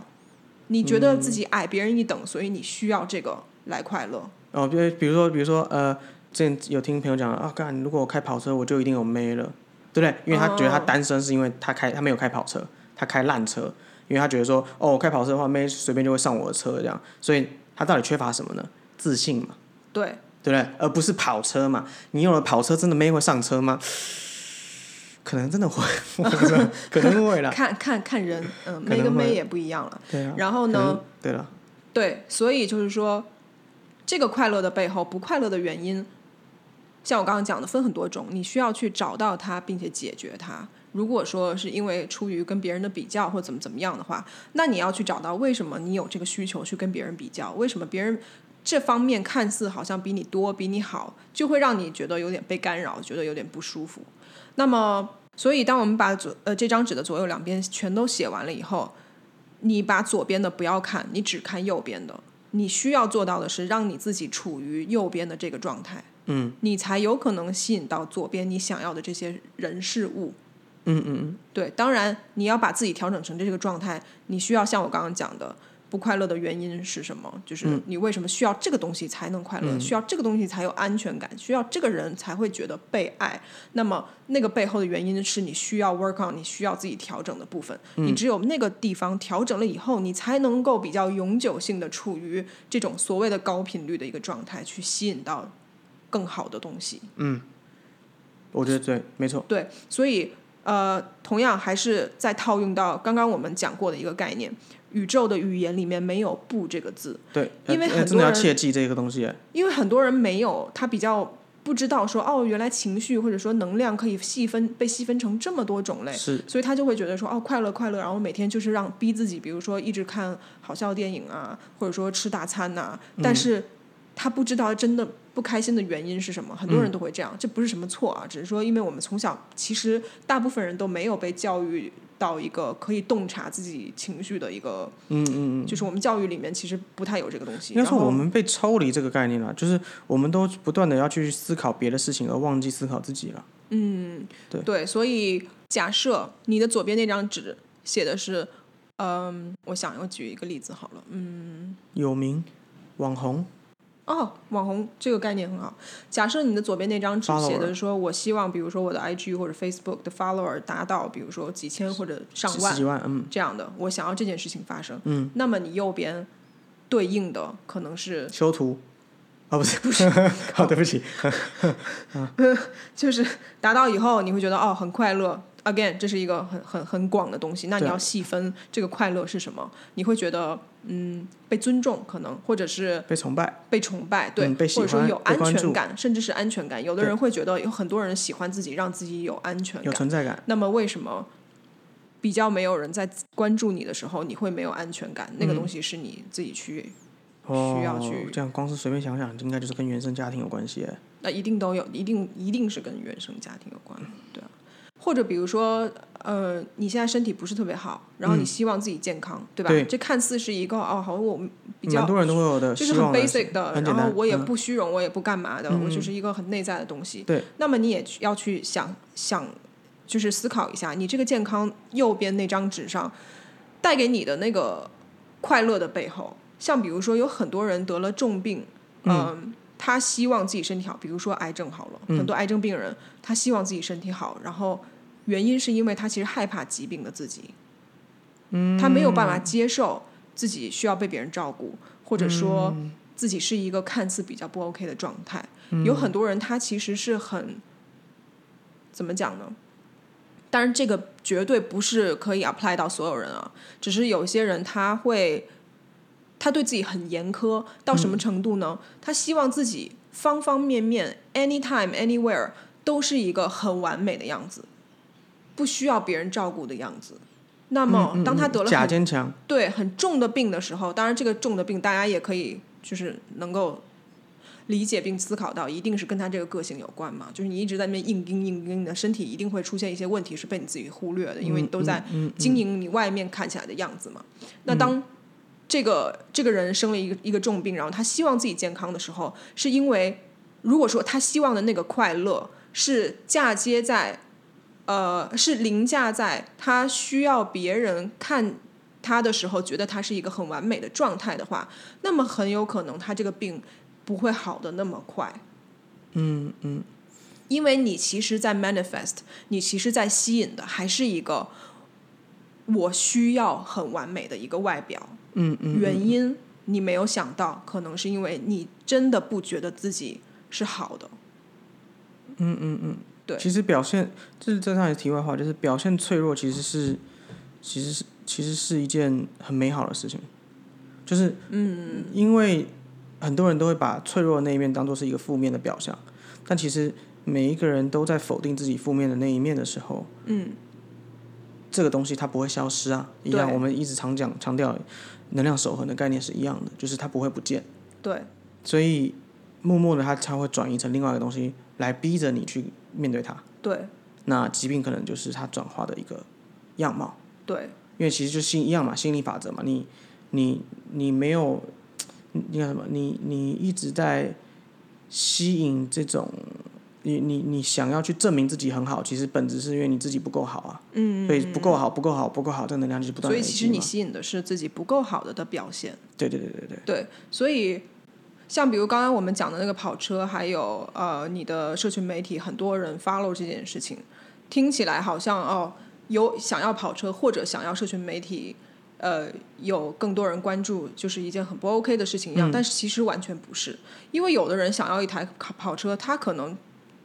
你觉得自己嗯矮别人一等，所以你需要这个来快乐。哦，比如比如说比如说呃，之前有听朋友讲啊，干，如果我开跑车，我就一定有妹了，对不对？因为他觉得他哦单身是因为他开他没有开跑车，他开烂车，因为他觉得说哦，我开跑车的话，妹随便就会上我的车这样，所以他到底缺乏什么呢？自信嘛，对，对不对？而不是跑车嘛，你有了跑车，真的妹会上车吗？ 可能真的会，我不知 道可能会啦。看看看人，嗯，可妹跟能妹会也不一样了。对啊，然后可呢能？，对了，对，所以就是说，这个快乐的背后不快乐的原因，像我刚刚讲的，分很多种，你需要去找到它，并且解决它。如果说是因为出于跟别人的比较或怎么怎么样的话，那你要去找到为什么你有这个需求去跟别人比较，为什么别人这方面看似好像比你多、比你好，就会让你觉得有点被干扰，觉得有点不舒服。那么，所以当我们把左呃这张纸的左右两边全都写完了以后，你把左边的不要看，你只看右边的。你需要做到的是让你自己处于右边的这个状态，嗯，你才有可能吸引到左边你想要的这些人事物。嗯嗯嗯，对，当然你要把自己调整成这个状态，你需要像我刚刚讲的，不快乐的原因是什么？嗯就是你为什么需要这个东西才能快乐？需要这个东西才有安全感，需要这个人才会觉得被爱。那么那个背后的原因是你需要 work on，你需要自己调整的部分。你只有那个地方调整了以后，你才能够比较永久性的处于这种所谓的高频率的一个状态，去吸引到更好的东西。我觉得对，没错。对，所以呃，同样还是在套用到刚刚我们讲过的一个概念，宇宙的语言里面没有“不”这个字，对，呃因为呃很真多的要人切记这个东西耶。因为很多人没有，他比较。不知道说哦，原来情绪或者说能量可以细分被细分成这么多种类，是所以他就会觉得说哦，快乐快乐，然后每天就是让逼自己，比如说一直看好笑电影啊，或者说吃大餐呐、嗯但是他不知道真的不开心的原因是什么，很多嗯人都会这样，这不是什么错啊，只是说因为我们从小其实大部分人都没有被教育到一个可以洞察自己情绪的一个，嗯嗯嗯，就是我们教育里面其实不太有这个东西。应该说然后我们被抽离这个概念了，就是我们都不断的要去思考别的事情，而忘记思考自己了。对对，所以假设你的左边那张纸写的是，嗯，我想我举一个例子好了，嗯，有名网红，哦，网红这个概念很好。假设你的左边那张纸 Follower 写的是说，我希望比如说我的 IG 或者 Facebook 的 follower 达到比如说几千或者上十万几万，嗯，这样的，我想要这件事情发生，嗯，那么你右边对应的可能是修图，啊、不是不 是，好、对不起，就是达到以后，你会觉得哦很快乐。Again，这是一个很很很广的东西。那你对要细分这个快乐是什么？你会觉得嗯被尊重，可能或者是被崇拜，被崇拜，对，嗯被喜或欢者说有被安关全注感，甚至是安全感。有的对人会觉得有很多人喜欢自己，让自己有安全有感。存在感，那么为什么比较没有人在关注你的时候，你会没有安全感？嗯那个东西是你自己去，需要去哦、这样，光是随便想想，应该就是跟原生家庭有关系耶。那一定都有，一定一定是跟原生家庭有嗯关，对啊。或者比如说，呃，你现在身体不是特别好，然后你希望自己健康，对吧？嗯对这看似是一个哦，好像我比较蛮多人都会有的，就是希很望的 basic 的，很然简后单，我也嗯不虚荣，我也不干嘛的，我就是一个很内在的东西。对，那么你也去要去想想，就是思考一下，你这个健康右边那张纸上带给你的那个快乐的背后，像比如说有很多人得了重病，嗯。他希望自己身体好，比如说癌症好了，很嗯多癌症病人他希望自己身体好，然后原因是因为他其实害怕疾病的自己，嗯他没有办法接受自己需要被别人照顾，或者说自己是一个看似比较不 OK 的状态。有很多人他其实是很怎么讲呢？当然，这个绝对不是可以 apply 到所有人啊，只是有些人他会，他对自己很严苛，到什么程度呢？他希望自己方方面面，anytime anywhere 都是一个很完美的样子，不需要别人照顾的样子。那么，嗯当他得了假很坚强，对很重的病的时候，当然这个重的病大家也可以就是能够理解并思考到，一定是跟他这个个性有关嘛。就是你一直在那边硬盯硬盯，你的身体一定会出现一些问题是被你自己忽略的，因为你都在经营你外面看起来的样子嘛。那当这个这个人生了一个一个重病，然后他希望自己健康的时候，是因为如果说他希望的那个快乐是嫁接在，呃，是凌驾在他需要别人看他的时候，觉得他是一个很完美的状态的话，那么很有可能他这个病不会好的那么快。嗯嗯，因为你其实，在 manifest，你其实，在吸引的还是一个我需要很完美的一个外表。嗯嗯，原因你没有想到，可能是因为你真的不觉得自己是好的。对其实表现，就是这上也是题外话，就是表现脆弱其实是，其实是其实是一件很美好的事情，就是嗯，因为很多人都会把脆弱的那一面当做是一个负面的表象，但其实每一个人都在否定自己负面的那一面的时候，嗯，这个东西它不会消失啊，一样，对我们一直常讲强调能量守恒的概念是一样的，就是它不会不见。对，所以默默的它它会转移成另外一个东西来逼着你去面对它。对，那疾病可能就是它转化的一个样貌，对，因为其实就心一样嘛，心理法则嘛，你你你没有，你看什么？你你一直在吸引这种。你你你想要去证明自己很好，其实本质是因为你自己不够好啊，嗯，所以不够好，不够好，不够好，这个能量就是不断所地累以积嘛。其实你吸引的是自己不够好的的表现。对对对对对，对，所以像比如刚刚我们讲的那个跑车，还有呃你的社群媒体，很多人 follow 这件事情，听起来好像哦有想要跑车或者想要社群媒体。呃，有更多人关注，就是一件很不 OK 的事情一嗯样，但是其实完全不是，因为有的人想要一台跑跑车，他可能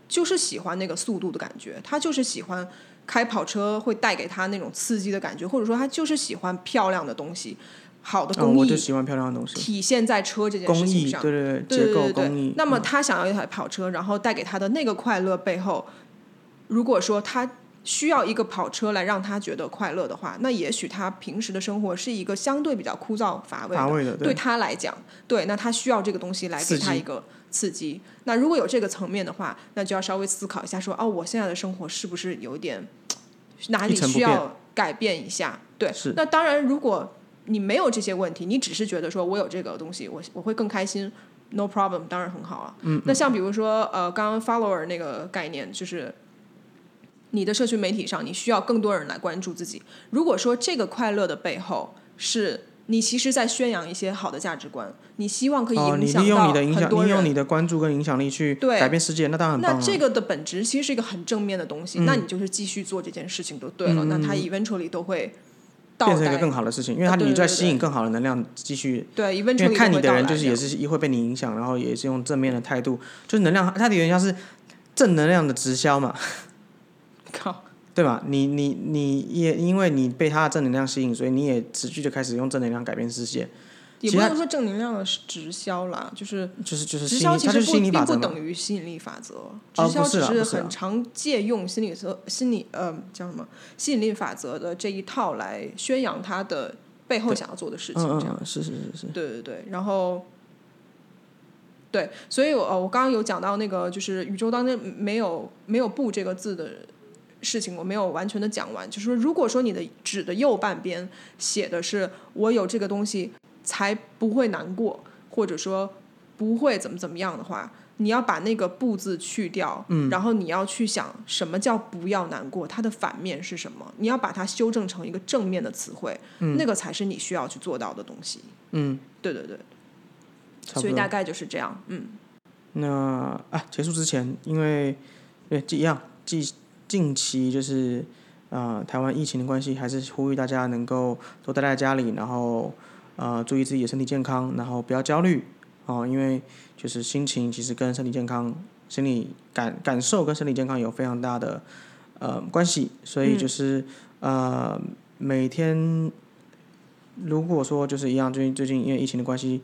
就是喜欢那个速度的感觉，他就是喜欢开跑车会带给他那种刺激的感觉，或者说他就是喜欢漂亮的东西，好的哦，工我就艺喜欢漂亮的东西，体现在车这件工事情艺，上。对对对结对构对对工艺。嗯那么他想要一台跑车，然后带给他的那个快乐背后，如果说他需要一个跑车来让他觉得快乐的话，那也许他平时的生活是一个相对比较枯燥乏味乏的。味的，对，他来讲，对，那他需要这个东西来给刺他激一个刺激。那如果有这个层面的话，那就要稍微思考一下说，哦，我现在的生活是不是有点哪里一成不需要改变一下？对是，那当然，如果你没有这些问题，你只是觉得说我有这个东西，我我会更开心。No problem，当然很好啊。嗯那像比如说，呃，刚刚 follower 那个概念，就是你的社群媒体上，你需要更多人来关注自己。如果说这个快乐的背后是你其实在宣扬一些好的价值观，你希望可以哦，影你响利用到你的影很响，多利用人。你的关注跟影响力去对改变世界，那当然很棒那啊。这个的本质其实是一个很正面的东西，嗯那你就是继续做这件事情就对了。那它 eventually 都会到变成一个来，更好的事情，因为啊它对你对在对吸引更好的能量继续。对因为 eventually 看都你会的到人来就是的也是一会被你影响，然后也是用正面的态度，就是能量，它有点像是正能量的直销嘛，靠，对吧？你你你也因为你被它的正能量吸引，所以你也持续的开始用正能量改变世界，也其不他能说正能量的是直销啦，就是就是就是直吸引销力，其它实就不是吸引力并法不则嘛。等于吸引力法则，哦直销不是只啦不是啦很常借用心理学、心理呃叫什么吸引力法则的这一套来宣扬它的背后想要做的事情，嗯这样嗯，嗯是是是是，对对对，然后。对，所以我呃，我刚刚有讲到那个，就是宇宙当中没有没有“不”这个字的事情，我没有完全的讲完。就是说，如果说你的纸的右半边写的是“我有这个东西才不会难过”，或者说不会怎么怎么样的话，你要把那个“不”字去掉，嗯，然后你要去想什么叫不要难过，它的反面是什么？你要把它修正成一个正面的词汇，嗯、那个才是你需要去做到的东西。嗯，对对对，差所不以多大。概就是这样。嗯，那啊，结束之前，因为对一样，近近期就是呃台湾疫情的关系，还是呼吁大家能够都待在家里，然后呃注意自己的身体健康，然后不要焦虑哦、因为就是心情其实跟身体健康、心理感感受跟身体健康有非常大的呃关系，所以就是、呃每天如果说就是一样，最近最近因为疫情的关系。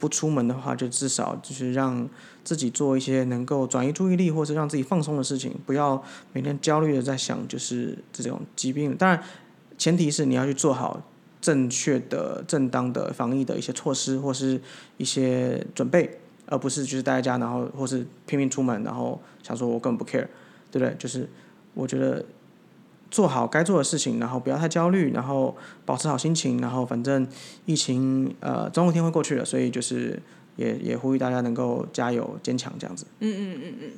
不出门的话，就至少就是让自己做一些能够转移注意力或是让自己放松的事情，不要每天焦虑的在想就是这种疾病。当然，前提是你要去做好正确的、正当的防疫的一些措施或是一些准备，而不是就是待在家，然后或是拼命出门，然后想说我根本不 care，对不对？就是我觉得做好该做的事情，然后不要太焦虑，然后保持好心情，然后反正疫情呃总有一天会过去的，所以就是也也呼吁大家能够加油坚强这样子。嗯嗯嗯嗯。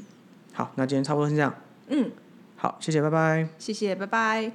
好，那今天差不多是这样。嗯。好，谢谢，拜拜。谢谢，拜拜。